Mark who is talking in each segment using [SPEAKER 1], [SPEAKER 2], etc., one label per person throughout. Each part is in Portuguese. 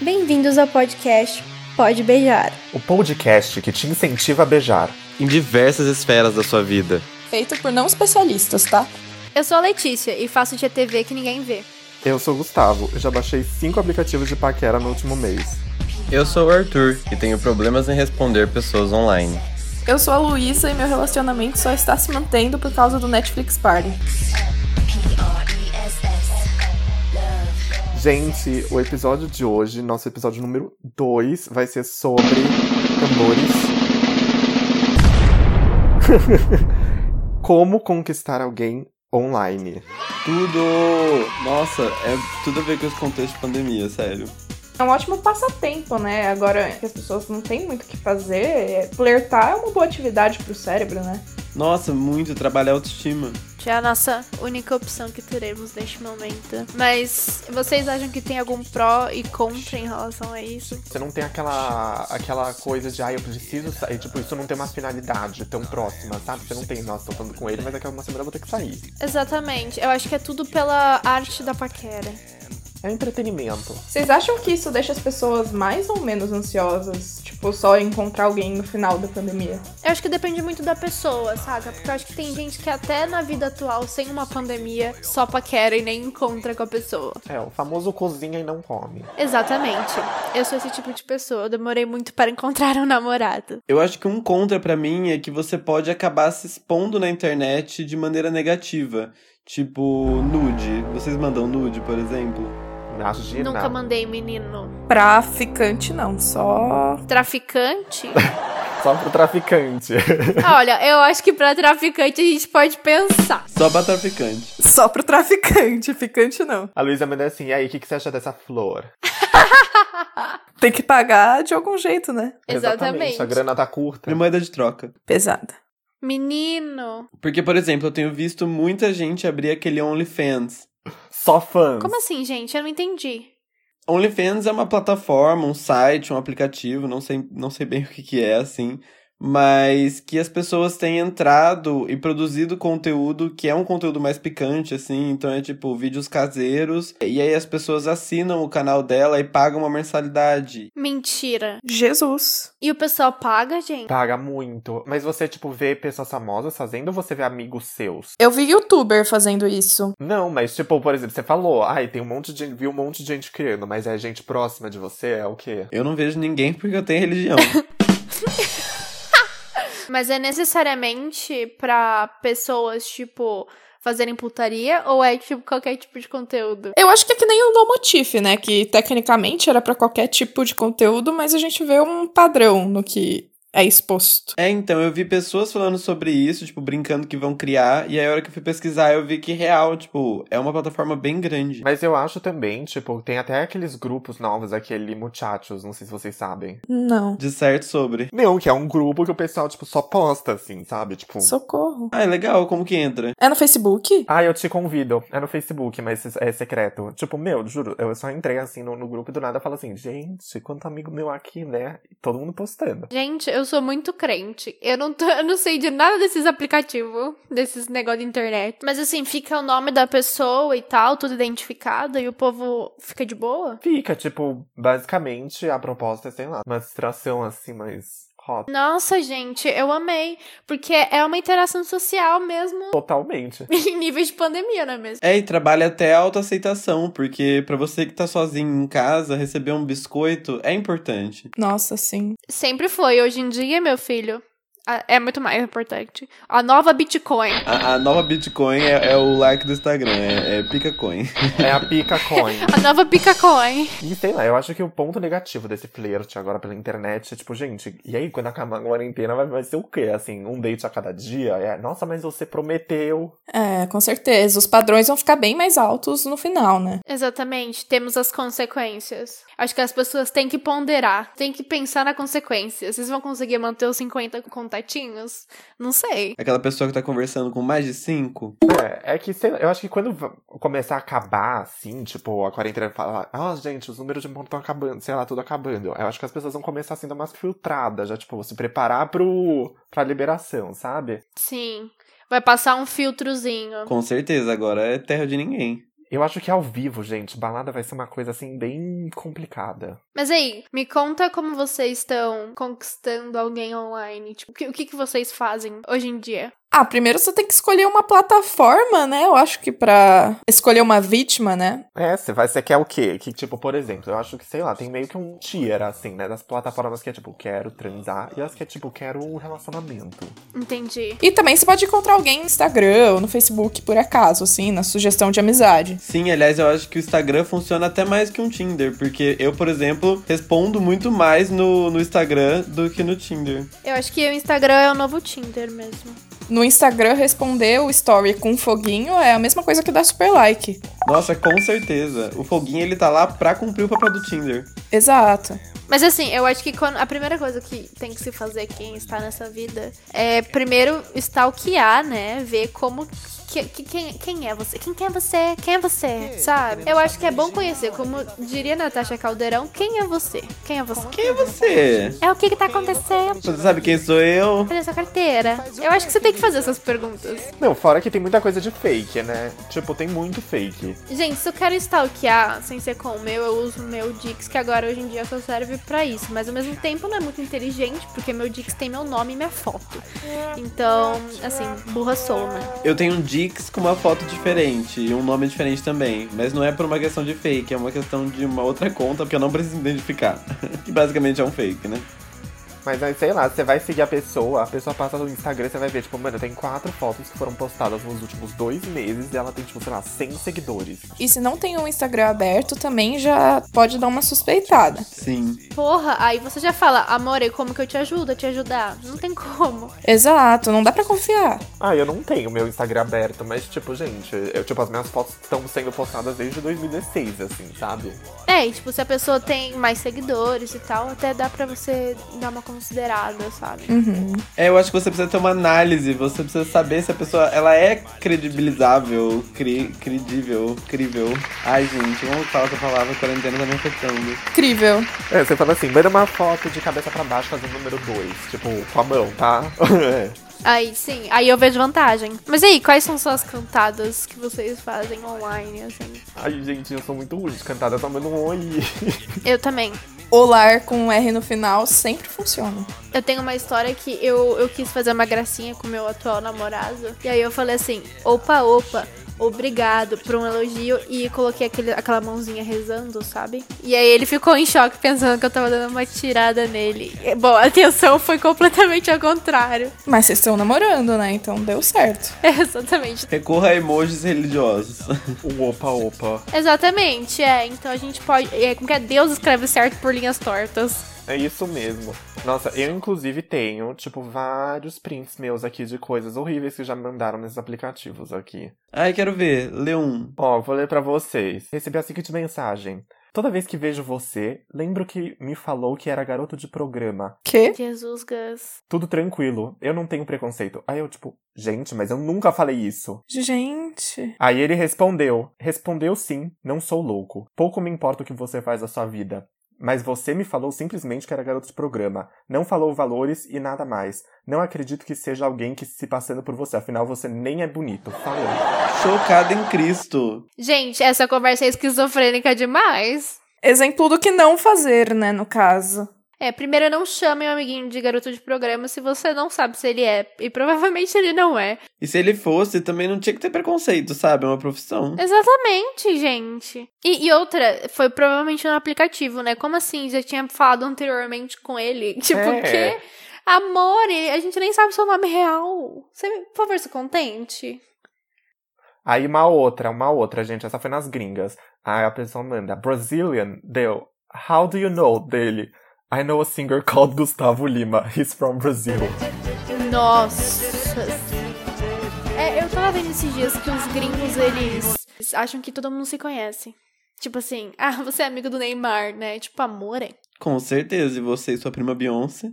[SPEAKER 1] Bem-vindos ao podcast Pode Beijar.
[SPEAKER 2] O podcast que te incentiva a beijar.
[SPEAKER 3] Em diversas esferas da sua vida.
[SPEAKER 4] Feito por não especialistas, tá?
[SPEAKER 5] Eu sou a Letícia e faço GTV que ninguém vê.
[SPEAKER 2] Eu sou o Gustavo, eu já baixei cinco aplicativos de paquera no último mês.
[SPEAKER 6] Eu sou o Arthur e tenho problemas em responder pessoas online.
[SPEAKER 4] Eu sou a Luísa e meu relacionamento só está se mantendo por causa do Netflix Party.
[SPEAKER 2] Gente, o episódio de hoje, nosso episódio número 2, vai ser sobre tambores. Como conquistar alguém online.
[SPEAKER 6] Tudo! Nossa, é tudo a ver com esse contexto de pandemia, sério.
[SPEAKER 4] É um ótimo passatempo, né? Agora que as pessoas não têm muito o que fazer, é- flertar é uma boa atividade pro cérebro, né?
[SPEAKER 6] Nossa, muito, trabalhar a autoestima.
[SPEAKER 5] Que é a nossa única opção que teremos neste momento. Mas vocês acham que tem algum pró e contra em relação a isso?
[SPEAKER 2] Você não tem aquela, aquela coisa de, ah, eu preciso sair. Tipo, isso não tem uma finalidade tão próxima, sabe? Você não tem, nossa, tô falando com ele, mas daqui a uma semana eu vou ter que sair.
[SPEAKER 5] Exatamente. Eu acho que é tudo pela arte da paquera.
[SPEAKER 2] É entretenimento.
[SPEAKER 4] Vocês acham que isso deixa as pessoas mais ou menos ansiosas? Tipo, só encontrar alguém no final da pandemia?
[SPEAKER 5] Eu acho que depende muito da pessoa, saca? Porque eu acho que tem gente que até na vida atual, sem uma pandemia, só paquera e nem encontra com a pessoa.
[SPEAKER 2] É, o famoso cozinha e não come.
[SPEAKER 5] Exatamente. Eu sou esse tipo de pessoa. Eu demorei muito para encontrar um namorado.
[SPEAKER 6] Eu acho que um contra pra mim é que você pode acabar se expondo na internet de maneira negativa. Tipo, nude. Vocês mandam nude, por exemplo?
[SPEAKER 2] Imagina.
[SPEAKER 5] Nunca mandei menino.
[SPEAKER 4] Pra ficante, não. Só.
[SPEAKER 5] Traficante? Ah,
[SPEAKER 2] Só pro traficante.
[SPEAKER 5] Olha, eu acho que pra traficante a gente pode pensar.
[SPEAKER 6] Só pra traficante.
[SPEAKER 4] Só pro traficante. Ficante, não.
[SPEAKER 2] A Luísa manda assim, e aí, o que, que você acha dessa flor?
[SPEAKER 4] Tem que pagar de algum jeito, né?
[SPEAKER 5] Exatamente.
[SPEAKER 2] A grana tá curta.
[SPEAKER 6] De moeda de troca.
[SPEAKER 4] Pesada.
[SPEAKER 5] Menino.
[SPEAKER 6] Porque, por exemplo, eu tenho visto muita gente abrir aquele OnlyFans.
[SPEAKER 2] Só fãs.
[SPEAKER 5] Como assim, gente? Eu não entendi.
[SPEAKER 6] OnlyFans é uma plataforma, um site, um aplicativo, não sei, não sei bem o que, que é, assim, mas que as pessoas têm entrado e produzido conteúdo que é um conteúdo mais picante, assim, então é tipo vídeos caseiros, e aí as pessoas assinam o canal dela e pagam uma mensalidade.
[SPEAKER 5] Mentira.
[SPEAKER 4] Jesus.
[SPEAKER 5] E o pessoal paga, gente?
[SPEAKER 2] Paga muito. Mas você, tipo, vê pessoas famosas fazendo ou você vê amigos seus?
[SPEAKER 4] Eu vi youtuber fazendo isso.
[SPEAKER 2] Não, mas, tipo, por exemplo, você falou, ai, tem um monte de. Viu um monte de gente criando, mas é gente próxima de você, é o quê?
[SPEAKER 6] Eu não vejo ninguém porque eu tenho religião.
[SPEAKER 5] Mas é necessariamente pra pessoas, tipo, fazerem putaria? Ou é, tipo, qualquer tipo de conteúdo?
[SPEAKER 4] Eu acho que é que nem o No Motif, né? Que tecnicamente era pra qualquer tipo de conteúdo, mas a gente vê um padrão no que é exposto.
[SPEAKER 6] é, então, eu vi pessoas falando sobre isso, tipo, brincando que vão criar, e aí a hora que eu fui pesquisar eu vi que real, tipo, é uma plataforma bem grande.
[SPEAKER 2] Mas eu acho também, tipo, tem até aqueles grupos novos, aquele Muchachos, não sei se vocês sabem.
[SPEAKER 4] Não.
[SPEAKER 6] De certo sobre.
[SPEAKER 2] Não, que é um grupo que o pessoal, tipo, só posta, assim, sabe? Tipo.
[SPEAKER 4] Socorro.
[SPEAKER 6] Ah, é legal, como que entra?
[SPEAKER 4] É no Facebook?
[SPEAKER 2] Ah, eu te convido. É no Facebook, mas é secreto. Tipo, meu, juro, eu só entrei assim no, no grupo e do nada falo assim, gente, quanto amigo meu aqui, né? E Todo mundo postando.
[SPEAKER 5] Gente, eu sou muito crente. Eu não, tô- eu não sei de nada desses aplicativos, desses negócios de internet. Mas assim, fica o nome da pessoa e tal, tudo identificado, e o povo fica de boa?
[SPEAKER 2] Fica, tipo, basicamente a proposta é, sei lá, uma distração assim, mas hot.
[SPEAKER 5] Nossa, gente, eu amei. Porque é uma interação social mesmo
[SPEAKER 2] Totalmente.
[SPEAKER 5] em nível de pandemia, não é mesmo?
[SPEAKER 6] É, e trabalha até a autoaceitação, porque pra você que tá sozinho em casa, receber um biscoito é importante.
[SPEAKER 4] Nossa, sim.
[SPEAKER 5] Sempre foi. Hoje em dia, meu filho, a- é muito mais importante. A nova Bitcoin.
[SPEAKER 6] A, a nova Bitcoin é, é o like do Instagram, é, é PicaCoin.
[SPEAKER 2] É a pica coin.
[SPEAKER 5] A nova Bitcoin.
[SPEAKER 2] E sei lá, eu acho que o ponto negativo desse flerte agora pela internet é tipo, gente, e aí quando acabar a quarentena vai, vai ser o quê? Assim, um date a cada dia? É, nossa, mas você prometeu.
[SPEAKER 4] É, com certeza. Os padrões vão ficar bem mais altos no final, né?
[SPEAKER 5] Exatamente, temos as consequências. Acho que as pessoas têm que ponderar, têm que pensar na consequência. Vocês vão conseguir manter os 50 contatinhos? Não sei.
[SPEAKER 6] Aquela pessoa que tá conversando com mais de cinco.
[SPEAKER 2] É, é que, sei lá, eu acho que quando v- começar a acabar, assim, tipo, a quarentena falar, ah, gente, os números de ponto estão acabando, sei lá, tudo acabando. Eu acho que as pessoas vão começar a assim, dar umas filtradas, já, tipo, se preparar pro, pra liberação, sabe?
[SPEAKER 5] Sim, vai passar um filtrozinho.
[SPEAKER 6] Com certeza, agora é terra de ninguém.
[SPEAKER 2] Eu acho que ao vivo, gente, balada vai ser uma coisa assim bem complicada.
[SPEAKER 5] Mas aí, me conta como vocês estão conquistando alguém online. Tipo, o que, o que que vocês fazem hoje em dia?
[SPEAKER 4] Ah, primeiro você tem que escolher uma plataforma, né? Eu acho que pra escolher uma vítima, né?
[SPEAKER 2] É, você vai, você quer o quê? Que, tipo, por exemplo, eu acho que, sei lá, tem meio que um tier, assim, né? Das plataformas que é tipo, quero transar e as que é tipo, quero um relacionamento.
[SPEAKER 5] Entendi.
[SPEAKER 4] E também você pode encontrar alguém no Instagram ou no Facebook, por acaso, assim, na sugestão de amizade.
[SPEAKER 6] Sim, aliás, eu acho que o Instagram funciona até mais que um Tinder, porque eu, por exemplo, respondo muito mais no, no Instagram do que no Tinder.
[SPEAKER 5] Eu acho que o Instagram é o novo Tinder mesmo.
[SPEAKER 4] No Instagram, responder o story com um foguinho é a mesma coisa que dar super like.
[SPEAKER 6] Nossa, com certeza. O foguinho ele tá lá pra cumprir o papel do Tinder.
[SPEAKER 4] Exato.
[SPEAKER 5] Mas assim, eu acho que quando- a primeira coisa que tem que se fazer quem está nessa vida é primeiro stalkear, né? Ver como. Que, que- quem, quem é você? Quem, quem é você? Quem é você? Sabe? Eu acho que é bom conhecer, como diria Natasha Caldeirão, quem é você? Quem é você?
[SPEAKER 6] Quem é você?
[SPEAKER 5] É o que, que tá acontecendo?
[SPEAKER 6] Você sabe quem sou eu?
[SPEAKER 5] Cadê sua carteira? Eu acho que é você tem que fazer essas perguntas.
[SPEAKER 2] Não, fora que tem muita coisa de fake, né? Tipo, tem muito fake.
[SPEAKER 5] Gente, se eu quero stalkear sem ser com o meu, eu uso o meu Dix, que agora hoje em dia só serve pra isso. Mas ao mesmo tempo não é muito inteligente, porque meu Dix tem meu nome e minha foto. Então, assim, burra sou, né?
[SPEAKER 6] Eu tenho um Dix com uma foto diferente e um nome diferente também. Mas não é por uma questão de fake, é uma questão de uma outra conta que eu não preciso identificar. que basicamente é um fake, né?
[SPEAKER 2] Mas aí, sei lá, você vai seguir a pessoa, a pessoa passa no Instagram, você vai ver, tipo, mano, tem quatro fotos que foram postadas nos últimos dois meses e ela tem, tipo, sei lá, 100 seguidores.
[SPEAKER 4] E se não tem o Instagram aberto, também já pode dar uma suspeitada.
[SPEAKER 6] Sim.
[SPEAKER 5] Porra, aí você já fala, amore, como que eu te ajudo a te ajudar? Não tem como.
[SPEAKER 4] Exato, não dá pra confiar.
[SPEAKER 2] Ah, eu não tenho meu Instagram aberto, mas, tipo, gente, eu, tipo, as minhas fotos estão sendo postadas desde 2016, assim, sabe?
[SPEAKER 5] É, e, tipo, se a pessoa tem mais seguidores e tal, até dá pra você dar uma considerada, sabe?
[SPEAKER 4] Uhum.
[SPEAKER 6] É, eu acho que você precisa ter uma análise, você precisa saber se a pessoa ela é credibilizável, cri, credível, crível. Ai, gente, vamos falar essa palavra, a quarentena tá me afetando.
[SPEAKER 4] Incrível.
[SPEAKER 2] É, você fala assim, manda uma foto de cabeça pra baixo fazendo o número 2, tipo, com a mão, tá? É.
[SPEAKER 5] Aí sim, aí eu vejo vantagem. Mas e aí, quais são suas cantadas que vocês fazem online, assim?
[SPEAKER 2] Ai, gente, eu sou muito ruim de cantada, só mando um oi.
[SPEAKER 5] Eu também.
[SPEAKER 4] Olar com um R no final sempre funciona.
[SPEAKER 5] Eu tenho uma história que eu, eu quis fazer uma gracinha com meu atual namorado. E aí eu falei assim: opa, opa, obrigado por um elogio. E coloquei aquele, aquela mãozinha rezando, sabe? E aí ele ficou em choque pensando que eu tava dando uma tirada nele. E, bom, a atenção foi completamente ao contrário.
[SPEAKER 4] Mas vocês estão namorando, né? Então deu certo.
[SPEAKER 5] É, exatamente.
[SPEAKER 6] Recorra a emojis religiosos.
[SPEAKER 2] Um opa, opa.
[SPEAKER 5] Exatamente, é. Então a gente pode. É, como que é? Deus escreve certo por linhas tortas.
[SPEAKER 2] É isso mesmo. Nossa, eu inclusive tenho, tipo, vários prints meus aqui de coisas horríveis que já me mandaram nesses aplicativos aqui.
[SPEAKER 6] Ai, quero ver, lê um.
[SPEAKER 2] Ó, vou ler pra vocês. Recebi a seguinte mensagem. Toda vez que vejo você, lembro que me falou que era garoto de programa.
[SPEAKER 4] Que?
[SPEAKER 5] Jesus, Gus.
[SPEAKER 2] Tudo tranquilo, eu não tenho preconceito. Aí eu, tipo, gente, mas eu nunca falei isso.
[SPEAKER 4] Gente.
[SPEAKER 2] Aí ele respondeu: Respondeu sim, não sou louco. Pouco me importa o que você faz da sua vida. Mas você me falou simplesmente que era garoto de programa. Não falou valores e nada mais. Não acredito que seja alguém que se passando por você. Afinal, você nem é bonito. Falou.
[SPEAKER 6] Chocada em Cristo.
[SPEAKER 5] Gente, essa conversa é esquizofrênica demais.
[SPEAKER 4] Exemplo do que não fazer, né? No caso.
[SPEAKER 5] É, primeiro não chame o amiguinho de garoto de programa se você não sabe se ele é. E provavelmente ele não é.
[SPEAKER 6] E se ele fosse, também não tinha que ter preconceito, sabe? É uma profissão.
[SPEAKER 5] Exatamente, gente. E, e outra, foi provavelmente no aplicativo, né? Como assim? Já tinha falado anteriormente com ele? Tipo, o
[SPEAKER 2] É.
[SPEAKER 5] quê? Amor, a gente nem sabe seu nome real. Você, por favor, se contente.
[SPEAKER 2] Aí uma outra, uma outra, gente. Essa foi nas gringas. Aí a pessoa manda: Brazilian, deu. How do you know dele? I know a singer called Gustavo Lima. He's from Brazil.
[SPEAKER 5] Nossa. É, eu tava vendo esses dias que os gringos, eles, eles acham que todo mundo se conhece. Tipo assim, ah, você é amigo do Neymar, né? Tipo, amor, é.
[SPEAKER 6] Com certeza, e você e sua prima Beyoncé.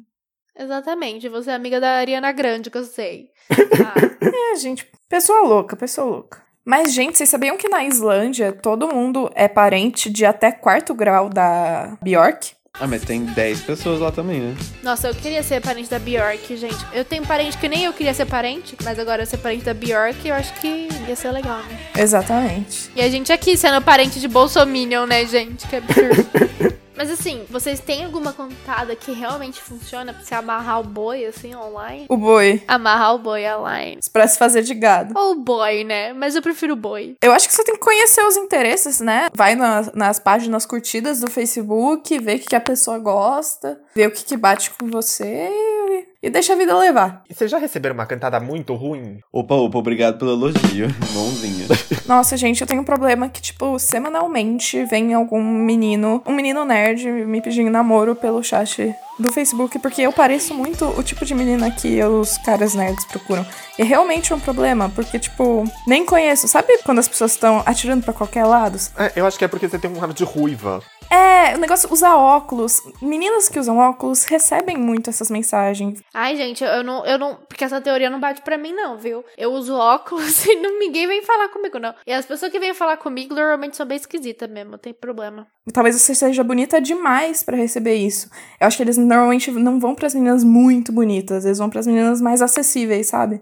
[SPEAKER 5] Exatamente, você é amiga da Ariana Grande, que eu sei. Ah,
[SPEAKER 4] É, gente. Pessoa louca, pessoa louca. Mas, gente, vocês sabiam que na Islândia todo mundo é parente de até quarto grau da Bjork?
[SPEAKER 6] Ah, mas tem 10 pessoas lá também, né?
[SPEAKER 5] Nossa, eu queria ser parente da Bjork, gente. Eu tenho parente que nem eu queria ser parente, mas agora eu ser parente da Bjork, eu acho que ia ser legal, né?
[SPEAKER 4] Exatamente.
[SPEAKER 5] E a gente aqui sendo parente de Bolsominion, né, gente? Que absurdo. Mas assim, vocês têm alguma contada que realmente funciona pra você amarrar o boi, assim, online?
[SPEAKER 4] O boi.
[SPEAKER 5] Amarrar o boi online.
[SPEAKER 4] Pra se fazer de gado.
[SPEAKER 5] Ou o boi, né? Mas eu prefiro o boi.
[SPEAKER 4] Eu acho que você tem que conhecer os interesses, né? Vai na- nas páginas curtidas do Facebook, vê o que, que a pessoa gosta, vê o que, que bate com você e- e deixa a vida levar.
[SPEAKER 2] E vocês já receberam uma cantada muito ruim?
[SPEAKER 6] Opa, opa, obrigado pelo elogio. Mãozinha.
[SPEAKER 4] Nossa, gente, eu tenho um problema que, tipo, semanalmente vem algum menino, um menino nerd, me pedindo namoro pelo chat do Facebook, porque eu pareço muito o tipo de menina que os caras nerds procuram. E é realmente um problema, porque, tipo, nem conheço. Sabe quando as pessoas estão atirando pra qualquer lado?
[SPEAKER 2] É, eu acho que é porque você tem um ramo de ruiva.
[SPEAKER 4] É, o negócio usar óculos. Meninas que usam óculos recebem muito essas mensagens.
[SPEAKER 5] Ai, gente, eu, eu não, eu não. Porque essa teoria não bate pra mim, não, viu? Eu uso óculos e não, ninguém vem falar comigo, não. E as pessoas que vêm falar comigo normalmente são bem esquisitas mesmo, tem problema.
[SPEAKER 4] Talvez você seja bonita demais pra receber isso. Eu acho que eles normalmente não vão pras meninas muito bonitas, eles vão pras meninas mais acessíveis, sabe?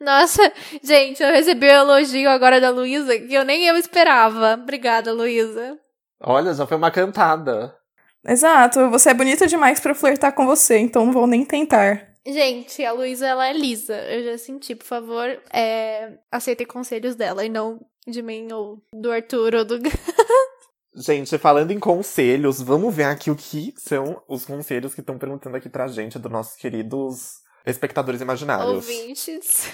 [SPEAKER 5] Nossa, gente, eu recebi um elogio agora da Luísa que eu nem eu esperava. Obrigada, Luísa.
[SPEAKER 2] Olha, já foi uma cantada.
[SPEAKER 4] Exato, você é bonita demais pra eu flertar com você, então não vou nem tentar.
[SPEAKER 5] Gente, a Luísa, ela é lisa. Eu já senti, por favor, é, aceitem conselhos dela e não de mim ou do Arthur ou do.
[SPEAKER 2] Gente, falando em conselhos, vamos ver aqui o que são os conselhos que estão perguntando aqui pra gente dos nossos queridos espectadores imaginários.
[SPEAKER 5] ouvintes.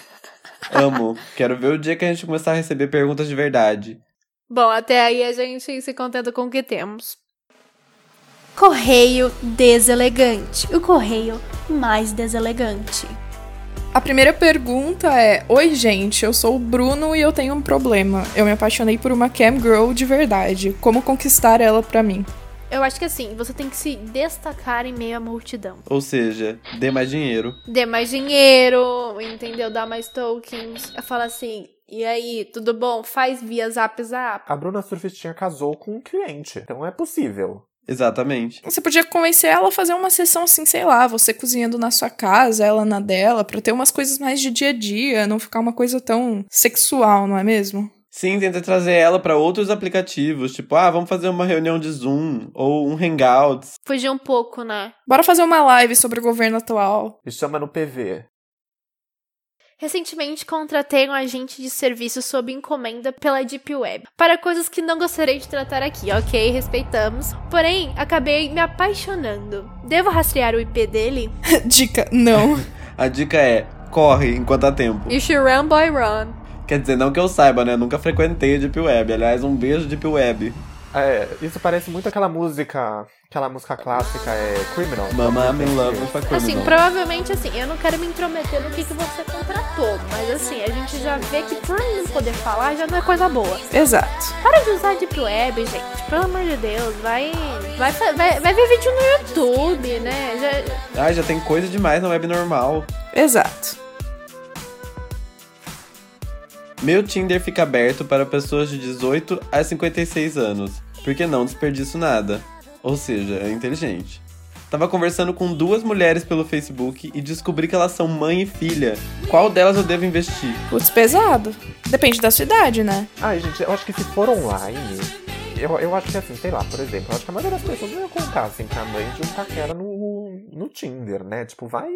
[SPEAKER 6] Amo. Quero ver o dia que a gente começar a receber perguntas de verdade.
[SPEAKER 5] Bom, até aí a gente se contenta com o que temos. Correio deselegante. O correio mais deselegante.
[SPEAKER 4] A primeira pergunta é: Oi, gente, eu sou o Bruno e eu tenho um problema. Eu me apaixonei por uma cam girl de verdade. Como conquistar ela pra mim?
[SPEAKER 5] Eu acho que assim, você tem que se destacar em meio à multidão.
[SPEAKER 6] Ou seja, dê mais dinheiro.
[SPEAKER 5] Dê mais dinheiro, entendeu? Dá mais tokens. Fala assim, e aí, tudo bom? Faz via zap zap.
[SPEAKER 2] A Bruna Surfistinha casou com um cliente, então é possível.
[SPEAKER 6] Exatamente.
[SPEAKER 4] Você podia convencer ela a fazer uma sessão assim, sei lá, você cozinhando na sua casa, ela na dela, pra ter umas coisas mais de dia a dia, não ficar uma coisa tão sexual, não é mesmo?
[SPEAKER 6] Sim, tenta trazer ela pra outros aplicativos, tipo, ah, vamos fazer uma reunião de Zoom ou um Hangouts.
[SPEAKER 5] Fugir um pouco, né?
[SPEAKER 4] Bora fazer uma live sobre o governo atual.
[SPEAKER 2] E chama no PV.
[SPEAKER 5] Recentemente contratei um agente de serviço sob encomenda pela Deep Web para coisas que não gostaria de tratar aqui, ok? Respeitamos. Porém, acabei me apaixonando. Devo rastrear o IP dele?
[SPEAKER 4] Dica: não.
[SPEAKER 6] A dica é, corre enquanto há tempo.
[SPEAKER 5] You should run, boy, run.
[SPEAKER 6] Quer dizer, não que eu saiba, né? Nunca frequentei a Deep Web. Aliás, um beijo, Deep Web.
[SPEAKER 2] É, isso parece muito aquela música, aquela música clássica, é Criminal.
[SPEAKER 6] Mama, I'm in love with a criminal.
[SPEAKER 5] Assim, provavelmente assim, eu não quero me intrometer no que, que você contratou, mas assim, a gente já vê que por ele não poder falar já não é coisa boa.
[SPEAKER 4] Exato.
[SPEAKER 5] Para de usar Deep Web, gente, pelo amor de Deus, vai, vai, fa- vai, vai ver vídeo no YouTube, né? Já-
[SPEAKER 6] Ai, já tem coisa demais na web normal.
[SPEAKER 4] Exato.
[SPEAKER 6] Meu Tinder fica aberto para pessoas de 18 a 56 anos, porque não desperdiço nada. Ou seja, é inteligente. Tava conversando com duas mulheres pelo Facebook e descobri que elas são mãe e filha. Qual delas eu devo investir?
[SPEAKER 4] Putz, pesado. Depende da sua idade, né?
[SPEAKER 2] Ai, gente, eu acho que se for online, eu, eu acho que assim, sei lá, por exemplo, eu acho que a maioria das pessoas não ia contar assim pra mãe de um paquera no, no Tinder, né? Tipo, vai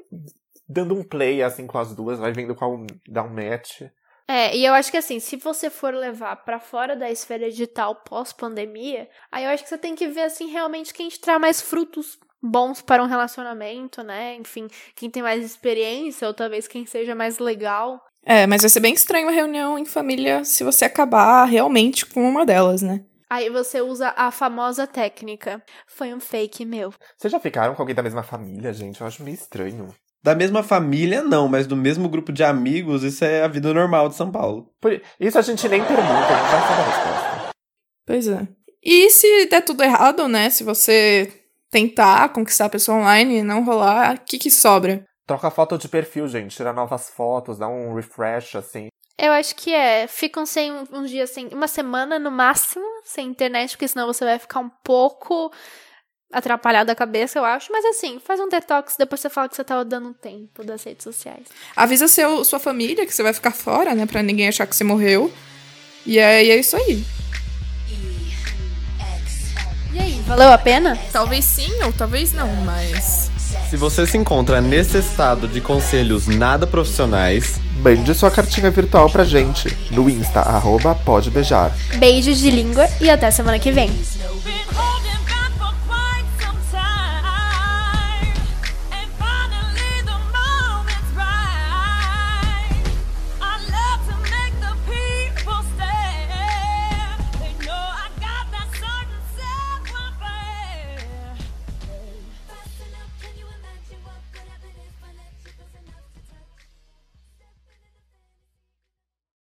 [SPEAKER 2] dando um play assim com as duas, vai vendo qual dá um match.
[SPEAKER 5] É, e eu acho que assim, se você for levar pra fora da esfera digital pós-pandemia, aí eu acho que você tem que ver assim realmente quem te traz mais frutos bons para um relacionamento, né? Enfim, quem tem mais experiência ou talvez quem seja mais legal.
[SPEAKER 4] É, mas vai ser bem estranho uma reunião em família se você acabar realmente com uma delas, né?
[SPEAKER 5] Aí você usa a famosa técnica. Foi um fake meu.
[SPEAKER 2] Vocês já ficaram com alguém da mesma família, gente? Eu acho meio estranho.
[SPEAKER 6] Da mesma família, não, mas do mesmo grupo de amigos, isso é a vida normal de São Paulo.
[SPEAKER 2] Por- Isso a gente nem pergunta, a gente já sabe a resposta.
[SPEAKER 4] Pois é. E se der tudo errado, né? Se você tentar conquistar a pessoa online e não rolar, o que que sobra?
[SPEAKER 2] Troca a foto de perfil, gente. Tira novas fotos, dá um refresh, assim.
[SPEAKER 5] Eu acho que é, ficam sem um, um dia sem, uma semana no máximo sem internet, porque senão você vai ficar um pouco atrapalhado a cabeça, eu acho. Mas assim, faz um detox, depois você fala que você tá dando um tempo das redes sociais.
[SPEAKER 4] Avisa seu, sua família que você vai ficar fora, né? Pra ninguém achar que você morreu. E é, e é isso aí.
[SPEAKER 5] E aí, valeu a pena?
[SPEAKER 4] Talvez sim ou talvez não, mas.
[SPEAKER 3] Se você se encontra nesse estado de conselhos nada profissionais,
[SPEAKER 2] Mande sua cartinha virtual pra gente no Insta, arroba pode beijar.
[SPEAKER 5] Beijos de língua e até semana que vem.